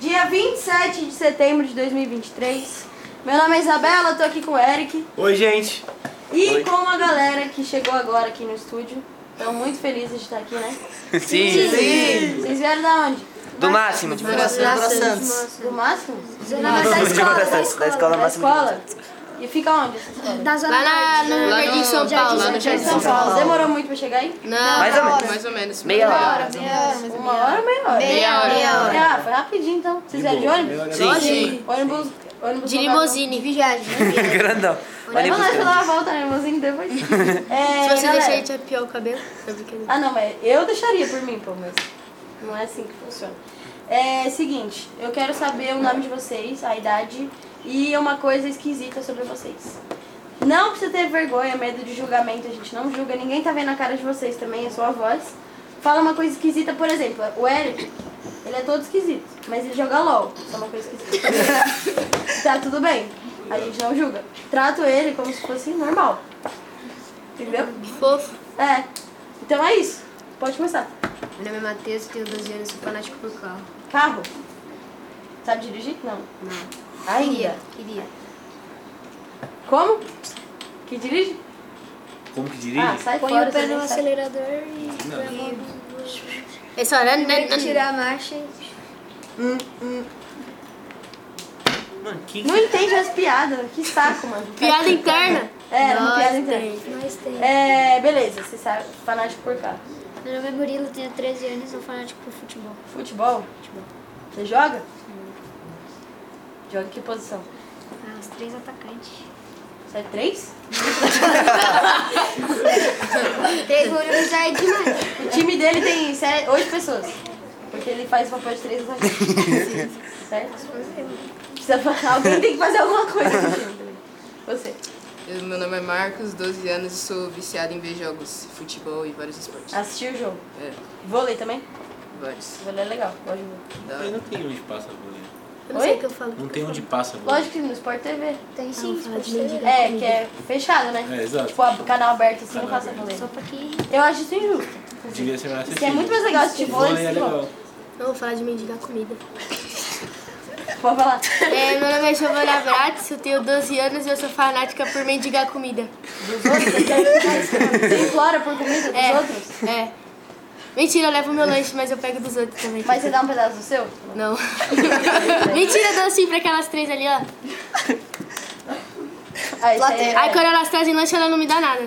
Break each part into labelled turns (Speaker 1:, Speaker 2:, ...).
Speaker 1: Dia 27 de setembro de 2023. Meu nome é Isabela, tô aqui com o Eric
Speaker 2: Oi, gente.
Speaker 1: e
Speaker 2: Oi.
Speaker 1: com a galera que chegou agora aqui no estúdio. Estão muito felizes de estar aqui, né?
Speaker 2: Sim.
Speaker 1: Vocês vieram da onde?
Speaker 2: Do máximo.
Speaker 3: Moura Santos.
Speaker 1: Do máximo?
Speaker 2: Da escola, da escola, da escola é
Speaker 1: Da
Speaker 2: máximo.
Speaker 1: escola? E fica onde essa escola?
Speaker 4: Da Zona
Speaker 3: Lá na, no
Speaker 4: Norte.
Speaker 3: Jardim São Paulo.
Speaker 4: Jardim
Speaker 1: Em São Paulo. Demorou muito pra chegar aí?
Speaker 3: Não,
Speaker 2: Mais ou menos.
Speaker 3: Mais ou menos.
Speaker 2: Meia hora.
Speaker 1: Uma hora ou meia hora?
Speaker 3: Meia hora.
Speaker 4: Meia hora.
Speaker 1: Ah, foi rapidinho então. Vocês vieram de ônibus?
Speaker 2: Sim.
Speaker 3: Sim.
Speaker 1: Ônibus. ônibus
Speaker 3: De
Speaker 1: lotado.
Speaker 3: limousine. Viagem.
Speaker 2: Grandão. Olha
Speaker 1: Vamos lá
Speaker 2: pros
Speaker 1: pela
Speaker 2: cantos.
Speaker 1: uma volta na limousine depois. É,
Speaker 3: Se você
Speaker 1: galera.
Speaker 3: deixar ele tapiar o cabelo, é brincadeira.
Speaker 1: Ah, não, mas eu deixaria por mim, pô, mas não é assim que funciona. É seguinte, eu quero saber o nome de vocês, a idade e uma coisa esquisita sobre vocês. Não precisa ter vergonha, medo de julgamento, a gente não julga, ninguém tá vendo a cara de vocês também, é só a voz. Fala uma coisa esquisita, por exemplo, o Eric, ele é todo esquisito, mas ele joga LOL, isso é uma coisa esquisita. tá tudo bem, a gente não julga. Trato ele como se fosse normal. Entendeu?
Speaker 3: Fofo.
Speaker 1: É. Então é isso. Pode começar.
Speaker 3: Meu nome é Matheus, tenho 12 anos, sou fanático por carro.
Speaker 1: Carro. Sabe dirigir? Não.
Speaker 3: Não.
Speaker 1: Ainda.
Speaker 3: Queria.
Speaker 1: Como? Que dirige?
Speaker 2: Como que
Speaker 1: Ah,
Speaker 2: dirige?
Speaker 1: sai
Speaker 4: Põe
Speaker 1: fora.
Speaker 4: o pé
Speaker 1: você
Speaker 4: no
Speaker 1: não sabe.
Speaker 4: acelerador e...
Speaker 3: É só... Né, né,
Speaker 4: e
Speaker 3: né.
Speaker 4: Tirar a marcha e...
Speaker 2: Mano, que...
Speaker 1: Não entende as piadas. Que saco, mano.
Speaker 3: Piada interna.
Speaker 1: É, uma
Speaker 3: Nossa,
Speaker 1: piada interna.
Speaker 4: Mas tem.
Speaker 1: É, beleza. Você sabe, fanático por carro.
Speaker 4: Meu nome é Murilo, tenho 13 anos, sou fanático por futebol.
Speaker 1: Futebol? Você joga? Joga em que posição?
Speaker 4: Ah, os três atacantes.
Speaker 1: Você é três?
Speaker 4: Três goleiros já é demais.
Speaker 1: O time dele tem se- oito pessoas. Porque ele faz o papel de três atacantes. certo? Precisa fa- Alguém tem que fazer alguma coisa no time. também. Você.
Speaker 5: Eu- Meu nome é Marcos, 12 anos e sou viciado em ver jogos, futebol e vários esportes.
Speaker 1: Assistir o jogo.
Speaker 5: É,
Speaker 1: Vôlei também?
Speaker 5: vários.
Speaker 1: Vôlei é legal, gosto de vôlei.
Speaker 5: Da
Speaker 6: Aí
Speaker 5: hora.
Speaker 6: não tem onde passa a bolinha.
Speaker 3: Eu não sei
Speaker 1: Oi?
Speaker 3: o que eu falo.
Speaker 6: Não tem onde passa a bolinha.
Speaker 1: Lógico que no Sport TV.
Speaker 4: Tem sim, esporte TV.
Speaker 1: É, que é fechado, né?
Speaker 6: É, exato.
Speaker 1: Tipo, a- canal aberto assim não
Speaker 6: Canal
Speaker 1: passa
Speaker 6: aberto.
Speaker 1: vôlei.
Speaker 4: Só pra que...
Speaker 1: Eu acho isso injusto.
Speaker 6: Devia ser mais
Speaker 1: Porque é
Speaker 6: acessível.
Speaker 1: muito mais legal assistir vôlei do
Speaker 6: Vôlei é
Speaker 1: que
Speaker 6: legal.
Speaker 1: futebol.
Speaker 3: Não vou falar de mendigar comida.
Speaker 1: Pode falar.
Speaker 3: É, meu nome é Giovanna Bratis, eu tenho 12 anos e eu sou fanática por mendigar comida.
Speaker 1: Dos outros, você quer- você implora por comida dos
Speaker 3: É.
Speaker 1: outros?
Speaker 3: É. Mentira, eu levo meu lanche, mas eu pego dos outros também.
Speaker 1: Mas você dá um pedaço do seu?
Speaker 3: Não. Mentira, eu dou assim pra aquelas três ali, ó.
Speaker 1: Ah, isso aí é-
Speaker 3: Aí quando elas trazem lanche, ela não me dá nada.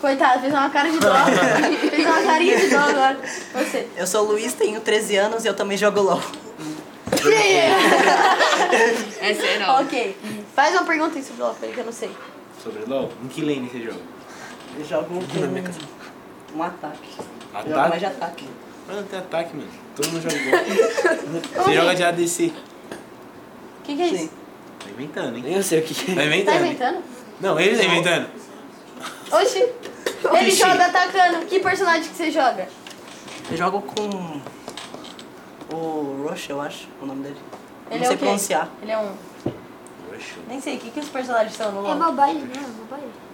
Speaker 1: Coitado, fez uma cara de dó. fez uma carinha de dó agora. Você.
Speaker 7: Eu sou o Luiz, tenho 13 anos e eu também jogo LOL.
Speaker 5: Essa é nova.
Speaker 1: Ok. Faz uma pergunta aí sobre o Lopes, que eu não sei.
Speaker 6: Sobre LOL? Em que lane você joga?
Speaker 7: Eu jogo com um ataque. Eu jogo mais de
Speaker 6: Ataque?
Speaker 7: ataque.
Speaker 6: Mas não tem ataque, mano. Todo mundo joga igual. Você joga de ADC.
Speaker 1: O que, que é isso?
Speaker 6: Tá inventando, hein?
Speaker 2: Eu sei o que que
Speaker 6: Tá
Speaker 1: Tá
Speaker 2: é.
Speaker 6: inventando. hein?
Speaker 1: inventando?
Speaker 6: Não, ele tá inventando.
Speaker 1: Oxi. Ele
Speaker 6: Oxi.
Speaker 1: joga atacando. Que personagem que você joga?
Speaker 2: é.
Speaker 7: Eu jogo com o Rush, eu acho, o nome dele.
Speaker 1: Ele
Speaker 7: não
Speaker 1: é
Speaker 7: sei
Speaker 1: o quê?
Speaker 7: pronunciar.
Speaker 1: Ele é um.
Speaker 6: Poxa.
Speaker 1: Nem sei, o que, que os personagens são no
Speaker 4: É
Speaker 1: LoL?
Speaker 4: mobile, né?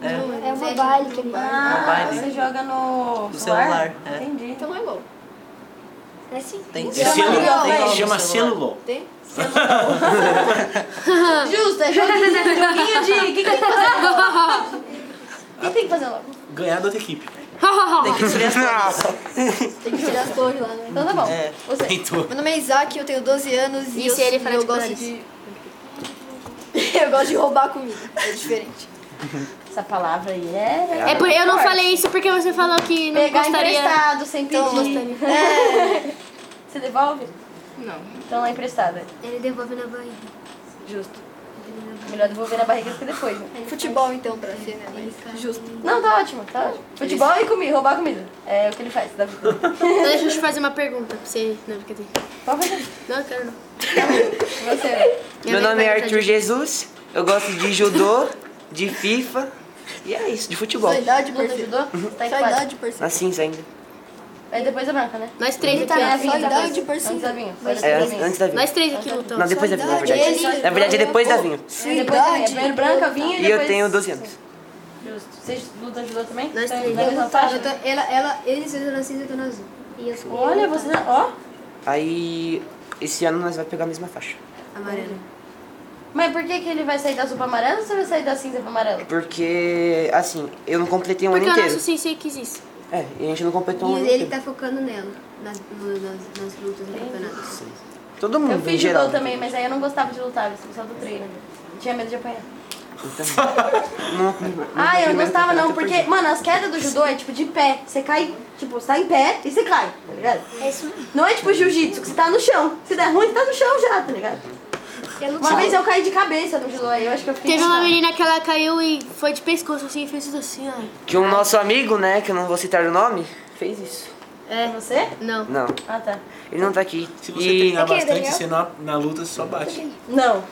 Speaker 4: É mobile.
Speaker 7: É.
Speaker 4: É mobile que ele joga.
Speaker 1: Ah,
Speaker 7: mobile.
Speaker 1: você joga no,
Speaker 7: No
Speaker 1: celular?
Speaker 7: celular, é.
Speaker 1: Entendi.
Speaker 4: Então é LOL. É
Speaker 3: assim.
Speaker 4: sim.
Speaker 7: Tem
Speaker 6: É
Speaker 1: Chama
Speaker 6: selo-
Speaker 1: LOL,
Speaker 7: tem
Speaker 1: vai.
Speaker 7: LOL
Speaker 6: Chama
Speaker 7: no
Speaker 6: selo
Speaker 7: celular.
Speaker 6: LOL.
Speaker 1: Justo, é joguinho, joguinho de... O que, que tem que fazer no LoL? O que tem que fazer no LoL?
Speaker 6: Ganhar da outra equipe.
Speaker 7: Tem que destruir as coisas.
Speaker 4: Tem que tirar as torres lá, né?
Speaker 1: Então tá bom.
Speaker 7: É.
Speaker 1: Você.
Speaker 6: Tentou.
Speaker 8: Meu nome é Isaac, eu tenho 12 anos e,
Speaker 3: E
Speaker 8: eu,
Speaker 3: se ele
Speaker 8: e
Speaker 3: falar
Speaker 8: eu
Speaker 3: de
Speaker 8: gosto
Speaker 3: cores?
Speaker 8: de. eu gosto de roubar comida. É diferente.
Speaker 1: Essa palavra aí é...
Speaker 3: É por, eu não falei isso porque você falou que não
Speaker 1: Pegar
Speaker 3: gostaria.
Speaker 1: emprestado, sem pedir. É.
Speaker 3: Não gostaria.
Speaker 1: Você devolve?
Speaker 5: Não.
Speaker 1: Então lá é emprestada.
Speaker 4: Ele devolve na barriga.
Speaker 1: Justo. Melhor devolver na barriga do que depois, né?
Speaker 8: Futebol então, pra ser, né? Mas justo.
Speaker 1: Não, tá ótimo, tá ótimo. Futebol e comida, roubar comida. É o que ele faz da vida.
Speaker 3: Então deixa eu te fazer uma pergunta pra você. Não, brincadeira.
Speaker 1: Pode fazer.
Speaker 3: Não, eu quero não.
Speaker 1: Você.
Speaker 3: Minha
Speaker 2: Meu
Speaker 3: mãe
Speaker 2: nome é
Speaker 3: vai
Speaker 2: Arthur
Speaker 3: gostar
Speaker 2: Jesus. Eu gosto de judô, de FIFA e é isso, de futebol.
Speaker 8: Sua idade,
Speaker 1: Luta
Speaker 8: perfil.
Speaker 1: ajudou? Tá em
Speaker 8: Sua
Speaker 1: quadra.
Speaker 8: idade, perfil.
Speaker 2: Assim, ainda.
Speaker 1: Aí depois a branca, né?
Speaker 3: Nós três aqui,
Speaker 8: Tá,
Speaker 3: ó.
Speaker 8: só
Speaker 1: Antes da
Speaker 8: idade
Speaker 1: Vinha.
Speaker 8: por cima.
Speaker 1: Antes da vinha.
Speaker 4: Mas-
Speaker 2: É, antes, antes da vinho.
Speaker 3: Nós três aqui lutamos.
Speaker 2: Não, depois da vinho, na verdade.
Speaker 8: Ele-
Speaker 2: Na verdade é depois da vinho.
Speaker 8: Sua
Speaker 1: É, depois da vinha.
Speaker 8: idade.
Speaker 1: Primeiro branca, vinha e
Speaker 2: E
Speaker 1: depois...
Speaker 2: eu tenho 12 anos.
Speaker 1: Justo. Vocês lutam judô também?
Speaker 3: Nós
Speaker 1: Tá
Speaker 3: três.
Speaker 1: Na mesma faixa?
Speaker 4: Eu tô, então, ela, ela, eles entram na cinza e eu tô na azul. E eu sou.
Speaker 1: Olha, você... Ó.
Speaker 2: Aí, esse ano nós vamos pegar a mesma faixa.
Speaker 4: Amarelo.
Speaker 1: Mas por que que ele vai sair da azul pra amarela ou você vai sair da cinza pra amarela?
Speaker 2: Porque, assim, eu não completei um ano
Speaker 3: Porque o
Speaker 2: inteiro.
Speaker 3: nosso sensei quis isso.
Speaker 2: É, e a gente não completou um ano
Speaker 4: E ele
Speaker 2: inteiro.
Speaker 4: tá focando nela, nas, no- nas, nas lutas do campeonato.
Speaker 2: Todo mundo,
Speaker 1: Eu
Speaker 2: Hum, em
Speaker 1: fiz
Speaker 2: geral. né?
Speaker 1: judô também, mas aí eu não gostava de lutar, eu sou só do treino. Eu Tinha medo de apanhar.
Speaker 2: Não, não,
Speaker 1: Ah, eu
Speaker 2: primeiro
Speaker 1: não gostava não,
Speaker 2: campeonato eu
Speaker 1: porque, mano, as quedas do judô é tipo de pé. Você cai, tipo, você tá em pé e você cai, tá ligado?
Speaker 4: É isso mesmo.
Speaker 1: Não é tipo jiu-jitsu, que você tá no chão. Se der ruim, você tá no chão já, tá ligado? Uma vez eu caí de cabeça no judô aí, eu acho que eu fiquei. assim,
Speaker 3: Teve uma
Speaker 1: chocada.
Speaker 3: menina que ela caiu e foi de pescoço assim e fez isso assim, ó.
Speaker 2: perdi. Que um nosso amigo, né, que eu não vou citar o nome, fez isso.
Speaker 1: É você?
Speaker 3: Não.
Speaker 2: Não,
Speaker 1: Ah, tá.
Speaker 2: ele não tá aqui.
Speaker 6: Se você
Speaker 2: e...
Speaker 6: treinar
Speaker 4: Aqui,
Speaker 6: bastante,
Speaker 4: Daniel.
Speaker 6: você na, na luta só bate.
Speaker 1: Não.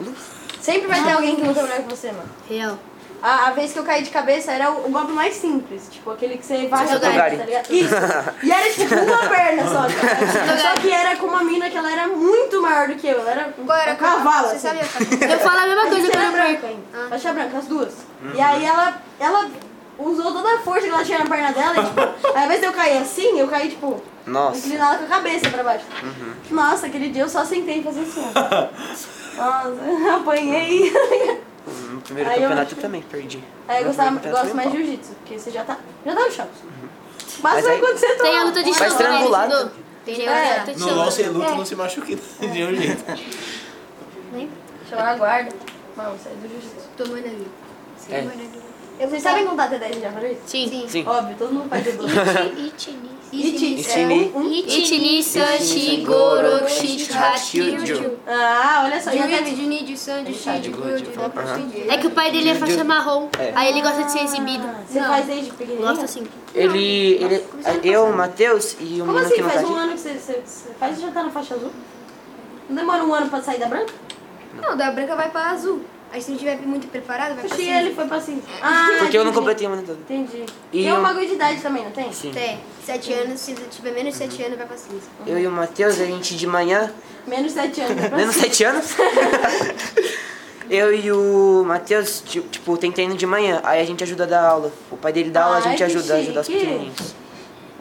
Speaker 1: Sempre vai ter alguém que luta melhor que você, mano.
Speaker 3: Real.
Speaker 1: A, a vez que eu caí de cabeça era o, o golpe mais simples, tipo aquele que você vai
Speaker 2: Totogari.
Speaker 1: tá ligado? Isso. E era tipo com uma perna só. tá? só que era com uma mina que ela era muito maior do que eu. Ela era um
Speaker 4: Qual era a
Speaker 1: um cavalo.
Speaker 4: Você
Speaker 1: assim.
Speaker 4: sabe a capa?
Speaker 3: Eu falo a mesma
Speaker 1: A
Speaker 3: coisa
Speaker 1: gente
Speaker 3: quando
Speaker 1: era
Speaker 3: eu perco.
Speaker 1: branca ainda. Ah. Ela tinha branca, as duas. E aí ela, ela usou toda a força que ela tinha na perna dela e tipo, ao invés de eu cair assim, eu caí tipo,
Speaker 2: Nossa, Uhum.
Speaker 1: inclinada com a cabeça pra baixo. Nossa, aquele dia eu só sentei e fazia assim. ó. Nossa, apanhei.
Speaker 2: no primeiro
Speaker 1: Aí eu
Speaker 2: campeonato
Speaker 1: acho
Speaker 2: eu,
Speaker 1: que-
Speaker 2: também perdi.
Speaker 1: Aí eu
Speaker 2: No
Speaker 1: gostava,
Speaker 2: primeiro campeonato
Speaker 1: gosto
Speaker 2: foi
Speaker 1: mais
Speaker 2: mal.
Speaker 1: de jiu-jitsu, porque você já tá, já tá no chão. Mas
Speaker 2: Mas
Speaker 1: vai
Speaker 2: aí-
Speaker 1: acontecer tudo.
Speaker 3: Tem a luta de
Speaker 2: Faz
Speaker 3: chão também,
Speaker 2: triangulado.
Speaker 3: judô. Tem
Speaker 1: É.
Speaker 3: a luta de
Speaker 6: No
Speaker 3: chão.
Speaker 6: LOL você luta, não se machuca de nenhum jeito.
Speaker 1: Chamar a guarda. Não, isso aí é do jiu-jitsu.
Speaker 4: Tô morando.
Speaker 2: É.
Speaker 1: Vocês
Speaker 3: Tá.
Speaker 1: sabem contar até 10 já, falei?
Speaker 3: Sim.
Speaker 2: Sim.
Speaker 1: Óbvio, todo mundo faz judô.
Speaker 4: Itini.
Speaker 1: é
Speaker 2: Itini.
Speaker 1: um- um-
Speaker 3: Ichini, Sanchi, Goro, Shichi, Hachi.
Speaker 1: Ah, olha só, eu
Speaker 4: Junid, Junid, Sandy, Shid, Good,
Speaker 3: É que o pai dele é faixa marrom, aí ele gosta de ser exibido.
Speaker 1: Você faz desde pequenininho?
Speaker 3: Gosta assim.
Speaker 2: Ele, ele, eu, o Matheus e o
Speaker 1: Como
Speaker 2: menino
Speaker 1: assim?
Speaker 2: que não tá
Speaker 1: Faz um
Speaker 2: aqui.
Speaker 1: ano que você, você- você faz e já tá na faixa azul? Não demora um ano pra sair da branca?
Speaker 4: Não, da branca vai pra azul. Aí se não tiver muito preparado, vai pra
Speaker 1: Oxi,
Speaker 4: cinza.
Speaker 1: ele foi pra cinza. Assim. Ah,
Speaker 2: Porque eu não
Speaker 1: entendi.
Speaker 2: completei um ano todo.
Speaker 1: Entendi.
Speaker 2: E
Speaker 1: tem um
Speaker 2: eu-
Speaker 1: bagulho de idade também, não tem?
Speaker 2: Sim. Uhum.
Speaker 4: Até 7 anos, se tiver menos de 7 anos, vai pra cinza.
Speaker 2: Eu e o Matheus, a gente de manhã,
Speaker 1: Menos sete anos. né?
Speaker 2: menos sete anos. eu e o Matheus, ti- tipo, tem treino de manhã, aí a gente ajuda a dar aula. O pai dele dá aula, a
Speaker 1: Ai,
Speaker 2: gente
Speaker 1: que
Speaker 2: ajuda, ajuda os
Speaker 1: chique.
Speaker 2: pequenininhos.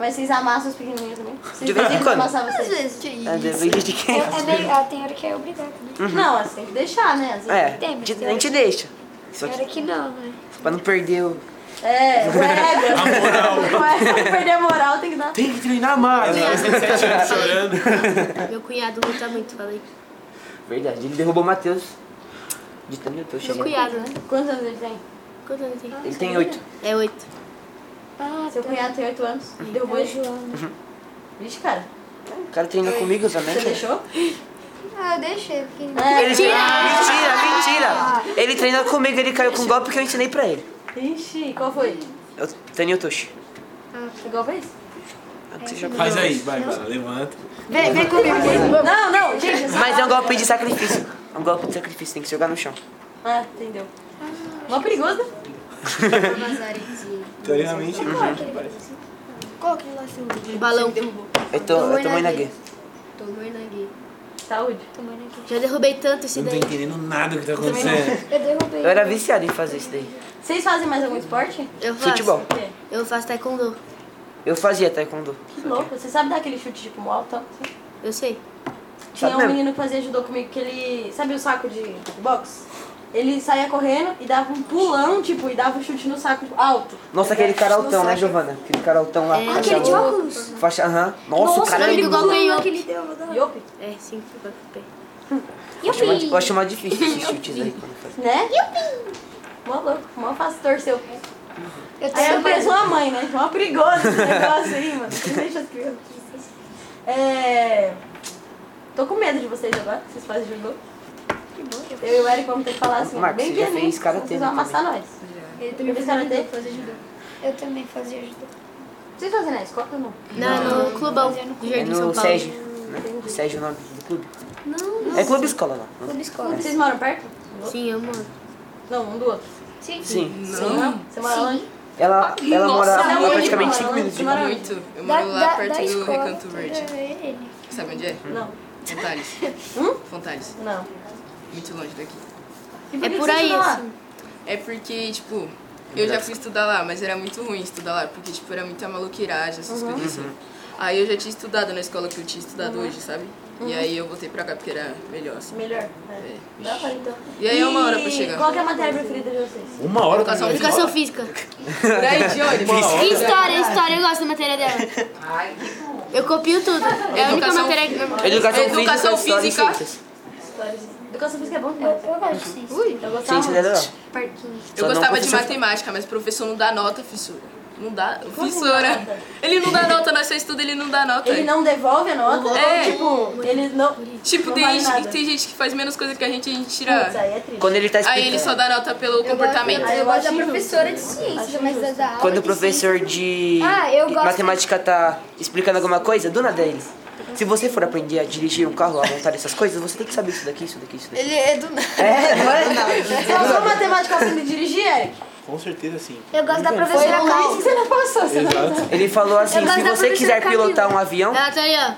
Speaker 1: Mas vocês amassam os pequenininhos também? Vocês
Speaker 2: De vez em
Speaker 1: precisam
Speaker 2: quando.
Speaker 1: amassar vocês?
Speaker 4: vezes, que
Speaker 2: É, depende de quem.
Speaker 8: tem hora que é obrigado, né?
Speaker 1: Não, assim, tem que deixar, né? Às vezes.
Speaker 2: Uhum. É, de- a gente deixa. Só
Speaker 8: Tem
Speaker 2: que,
Speaker 8: hora que não, né?
Speaker 2: pra não perder o...
Speaker 1: É, o ego. A moral. perder a moral tem que dar.
Speaker 6: Tem que treinar mais.
Speaker 2: É,
Speaker 6: né? Você sete anos chorando.
Speaker 3: Meu cunhado luta muito, falei.
Speaker 2: Verdade, ele derrubou o Matheus. De tanto que eu tô
Speaker 3: Meu
Speaker 2: chegando.
Speaker 3: cunhado, né?
Speaker 1: Quantos anos ele tem?
Speaker 3: Quantos anos tem?
Speaker 2: Ele tem oito.
Speaker 3: É oito.
Speaker 8: Ah,
Speaker 1: Seu cunhado tem oito anos. Derrubou
Speaker 8: é
Speaker 1: ele.
Speaker 8: João.
Speaker 2: Uhum.
Speaker 1: Vixe, cara.
Speaker 2: O cara treinou comigo também.
Speaker 1: Você deixou?
Speaker 4: Ah, eu deixei, porque...
Speaker 1: É.
Speaker 2: Mentira, mentira! Ele treinou comigo, ele caiu com um golpe que eu ensinei pra ele.
Speaker 1: Ixi, qual foi?
Speaker 2: Eu tenho o Toshi.
Speaker 1: Igual foi isso?
Speaker 2: é
Speaker 6: Faz aí, vai, vai, levanta.
Speaker 1: Vem, vem comigo, gente. Não, não, gente. eu só-
Speaker 2: Mas é um golpe de sacrifício. É um golpe de sacrifício, tem que jogar no chão.
Speaker 1: Ah, entendeu. Mó perigoso, né?
Speaker 6: Teoricamente,
Speaker 8: Qual que é o laço?
Speaker 3: Balão.
Speaker 2: Eu tô, eu tô mãe na guia.
Speaker 4: Tô morando
Speaker 1: Saúde.
Speaker 3: Já derrubei tanto esse
Speaker 6: eu não tô
Speaker 3: daí.
Speaker 6: entendendo nada do que tá acontecendo.
Speaker 8: Eu derrubei.
Speaker 2: Eu era viciado em fazer isso daí.
Speaker 1: Vocês fazem mais algum esporte?
Speaker 3: Eu faço.
Speaker 2: Futebol.
Speaker 1: O quê?
Speaker 3: Eu faço taekwondo.
Speaker 2: Eu fazia taekwondo.
Speaker 1: Que louco. Você sabe dar aquele chute tipo mó alto? assim?
Speaker 3: Eu sei.
Speaker 1: Tinha
Speaker 2: Sabe
Speaker 1: um
Speaker 2: mesmo?
Speaker 1: menino que fazia judô comigo que ele. Sabe o saco de box? Ele saía correndo e dava um pulão, tipo, e dava um chute no saco tipo, alto.
Speaker 2: Nossa, aquele cara altão, né, Giovana? Aquele cara altão lá. faixa
Speaker 3: É, aquele de
Speaker 2: ouro, Faixa, aham. Nossa, o cara
Speaker 3: o nome
Speaker 2: é
Speaker 3: do golpe é Yopi.
Speaker 1: Yopi,
Speaker 3: É, sim, foi golpe.
Speaker 2: eu acho mais- eu acho mais difícil esses chutes aí. quando faz.
Speaker 1: né? Yopi! Mó louco, mó fácil torcer o pé.
Speaker 4: Eu
Speaker 1: Aí eu
Speaker 4: tenho
Speaker 1: penso a mãe, né? Mó perigoso esse negócio aí, mano. Deixa as crianças. É. Tô com medo de vocês agora, que vocês fazem judô. Eu e o Eric vamos ter que falar assim,
Speaker 2: Marcos,
Speaker 1: bem
Speaker 2: você já
Speaker 1: pianinho,
Speaker 2: fez karatê,
Speaker 1: vocês
Speaker 2: né,
Speaker 1: vão amassar nós.
Speaker 4: Ele também
Speaker 1: Eles
Speaker 4: fez
Speaker 1: querem
Speaker 4: judô,
Speaker 1: ter-
Speaker 4: fazer judô.
Speaker 8: Eu também fazia judô.
Speaker 1: Vocês fazem na escola ou não?
Speaker 3: Não, no clubão do
Speaker 2: É
Speaker 3: Jardim São
Speaker 2: no
Speaker 3: Paulo.
Speaker 2: Sérgio, né? Sérgio é o nome do clube. Não. É clube escola lá.
Speaker 4: Clube escola.
Speaker 1: Vocês moram perto?
Speaker 3: Sim, eu moro.
Speaker 1: Não, um do outro.
Speaker 2: Sim.
Speaker 1: Não? Você mora longe?
Speaker 2: Ela, ela
Speaker 5: é
Speaker 2: mora
Speaker 1: Nossa,
Speaker 2: a
Speaker 1: não,
Speaker 2: praticamente
Speaker 1: não,
Speaker 2: 5
Speaker 1: não,
Speaker 2: minutos de
Speaker 1: não,
Speaker 2: mim.
Speaker 1: não.
Speaker 5: Muito. Eu moro lá perto do
Speaker 8: escola,
Speaker 5: Recanto Verde.
Speaker 8: toda vez ele.
Speaker 5: Sabe onde é?
Speaker 1: Não,
Speaker 5: Fontales.
Speaker 1: Hum?
Speaker 5: Fontales.
Speaker 1: não.
Speaker 5: Muito longe daqui.
Speaker 1: E que
Speaker 3: É por
Speaker 1: você
Speaker 3: aí,
Speaker 1: estuda lá?
Speaker 3: assim.
Speaker 5: É porque, tipo, eu já fui estudar lá, mas era muito ruim estudar lá, porque, tipo, era muita maluqueiragem, essas coisas assim. Aí eu já tinha estudado na escola que eu tinha estudado hoje, sabe? E aí eu voltei pra cá porque era melhor, assim.
Speaker 1: Melhor. né?
Speaker 5: É.
Speaker 1: Dá pra então.
Speaker 5: E aí é uma hora pra chegar.
Speaker 1: Qual que é a matéria preferida de vocês?
Speaker 6: Uma hora tá
Speaker 5: Educação
Speaker 3: Educação física.
Speaker 5: Por aí, de ônibus. É
Speaker 3: E história, história, eu gosto da matéria dela. Eu copio tudo. É a única
Speaker 5: Educação
Speaker 3: matéria que.
Speaker 2: Educação,
Speaker 5: Educação
Speaker 2: física,
Speaker 5: física.
Speaker 2: história e ciências.
Speaker 1: Educação física é bom
Speaker 8: Eu,
Speaker 1: demais.
Speaker 8: eu gosto disso.
Speaker 1: Ui, eu gostava.
Speaker 3: Tá.
Speaker 2: Ciências é legal.
Speaker 8: Parquinho.
Speaker 5: Eu
Speaker 2: Só não
Speaker 5: gostava de
Speaker 2: professor-
Speaker 5: matemática, mas o professor não dá nota, fissura. Não dá.
Speaker 1: não
Speaker 5: fissura.
Speaker 1: dá nota?
Speaker 5: Ele não dá nota, nós só estuda, ele não dá nota.
Speaker 1: Ele não devolve a nota?
Speaker 5: É.
Speaker 1: Ou, tipo, ele não.
Speaker 5: Tipo,
Speaker 1: não
Speaker 5: tem,
Speaker 1: vale
Speaker 5: gente-
Speaker 1: nada.
Speaker 5: tem gente que faz menos coisa que a gente, a gente
Speaker 1: Putz,
Speaker 5: tira.
Speaker 1: aí é triste.
Speaker 2: Quando ele tá explicando.
Speaker 5: Aí ele só dá nota pelo comportamento.
Speaker 1: Ah,
Speaker 8: Eu,
Speaker 1: eu
Speaker 8: gosto da
Speaker 1: acho
Speaker 8: professora de ciência, mas da, da aula
Speaker 2: Quando o
Speaker 8: de
Speaker 2: professor de
Speaker 8: Ah, eu gosto-
Speaker 2: matemática tá explicando alguma coisa, do nada ele. Se você for aprender a dirigir um carro, a montar essas coisas, você tem que saber isso daqui, isso daqui, isso daqui.
Speaker 8: Ele é do nada.
Speaker 2: É, não é?
Speaker 1: Você passou matemática pra me dirigir, Eric?
Speaker 6: Com certeza sim.
Speaker 8: Eu gosto da professora
Speaker 1: Por isso que
Speaker 8: Carol.
Speaker 1: você não passou, você não
Speaker 6: Exato.
Speaker 2: Ele falou assim,
Speaker 8: Eu gosto
Speaker 2: se
Speaker 8: da
Speaker 2: você
Speaker 8: professora
Speaker 2: quiser
Speaker 8: Camila. Ah,
Speaker 2: pilotar um avião,
Speaker 3: Ela tá aí, ó.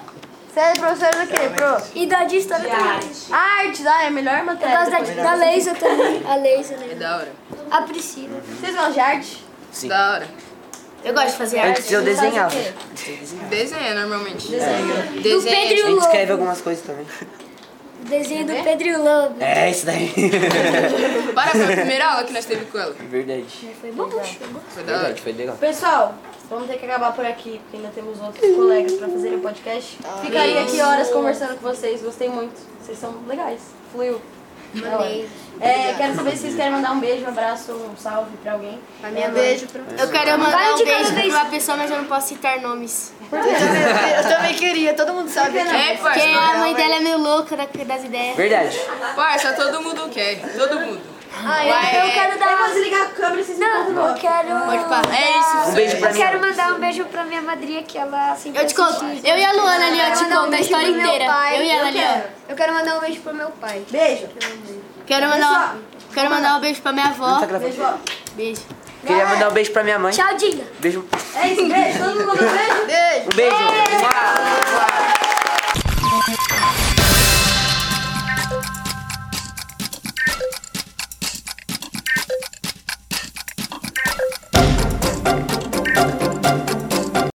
Speaker 1: Você é professora do quê, pro?
Speaker 8: E da de história também.
Speaker 1: Artes, ah, é a melhor
Speaker 8: Eu
Speaker 1: matéria.
Speaker 8: gosto da, de- da Leisa também. A Leisa,
Speaker 5: É
Speaker 8: né?
Speaker 5: da hora.
Speaker 8: A Priscila.
Speaker 1: Vocês vão de arte?
Speaker 2: sim.
Speaker 5: Da hora.
Speaker 3: Eu gosto de fazer arte.
Speaker 2: Antes eu
Speaker 1: Vocês fazem o
Speaker 2: desenhava.
Speaker 1: quê?
Speaker 5: Desenha normalmente. Desenha.
Speaker 8: Do Pedro e
Speaker 2: A
Speaker 8: o
Speaker 2: gente
Speaker 8: Lobo.
Speaker 2: escreve algumas coisas também.
Speaker 8: O desenho do Pedro e o Lobo.
Speaker 2: É, isso daí.
Speaker 5: tipo, Para, foi a primeira aula que nós teve com ela.
Speaker 1: É.
Speaker 2: Verdade.
Speaker 8: Foi bom, chegou.
Speaker 5: Foi da hora.
Speaker 2: Verdade, foi legal.
Speaker 1: né? Pessoal, vamos ter que acabar por aqui, porque ainda temos outros colegas pra fazerem o podcast. Ficaria aqui horas conversando com vocês, gostei muito. Vocês são legais, fluiu. Da hora. É, quero saber se vocês querem mandar um beijo, um abraço, um salve pra alguém.
Speaker 4: Um beijo pra
Speaker 3: Eu quero
Speaker 8: Vai
Speaker 3: mandar um
Speaker 8: de cada
Speaker 3: beijo pra
Speaker 8: vez.
Speaker 3: uma pessoa, mas eu não posso citar nomes.
Speaker 4: Eu também queria, todo mundo sabe.
Speaker 5: É,
Speaker 3: Porque
Speaker 5: parça.
Speaker 3: a mãe dela é meio louca da- das ideias.
Speaker 2: Verdade. Um
Speaker 5: Parça, todo mundo quer. Todo mundo.
Speaker 8: Ah, eu, eu quero
Speaker 1: Eu vou
Speaker 8: dar...
Speaker 1: desligar a câmera e vocês me contam no
Speaker 8: Não, eu
Speaker 1: outro.
Speaker 8: quero...
Speaker 3: É, Pode pá.
Speaker 5: É
Speaker 2: Um
Speaker 5: isso.
Speaker 2: beijo pra
Speaker 8: Eu
Speaker 2: mim.
Speaker 8: quero mandar um beijo pra minha madrinha, que ela sempre
Speaker 3: Eu te conto.
Speaker 8: assiste.
Speaker 3: Eu e a Luana ali, ó, te
Speaker 4: mandar um
Speaker 3: conto a
Speaker 4: beijo
Speaker 3: história
Speaker 4: pro meu
Speaker 3: inteira.
Speaker 4: pai.
Speaker 3: Eu e ela
Speaker 4: Eu
Speaker 3: ali,
Speaker 4: quero.
Speaker 3: ó.
Speaker 4: Eu quero mandar um beijo pro meu pai.
Speaker 1: Beijo.
Speaker 3: Quero mandar, quero mandar um beijo pra minha
Speaker 2: Não tá
Speaker 3: avó.
Speaker 2: gravando.
Speaker 1: Beijo, ó.
Speaker 3: Beijo.
Speaker 2: Queria mandar um beijo pra minha mãe.
Speaker 8: Tchau, Dinha.
Speaker 2: Beijo.
Speaker 1: É isso, beijo. Todo mundo mandou um beijo?
Speaker 2: Um beijo. Mua.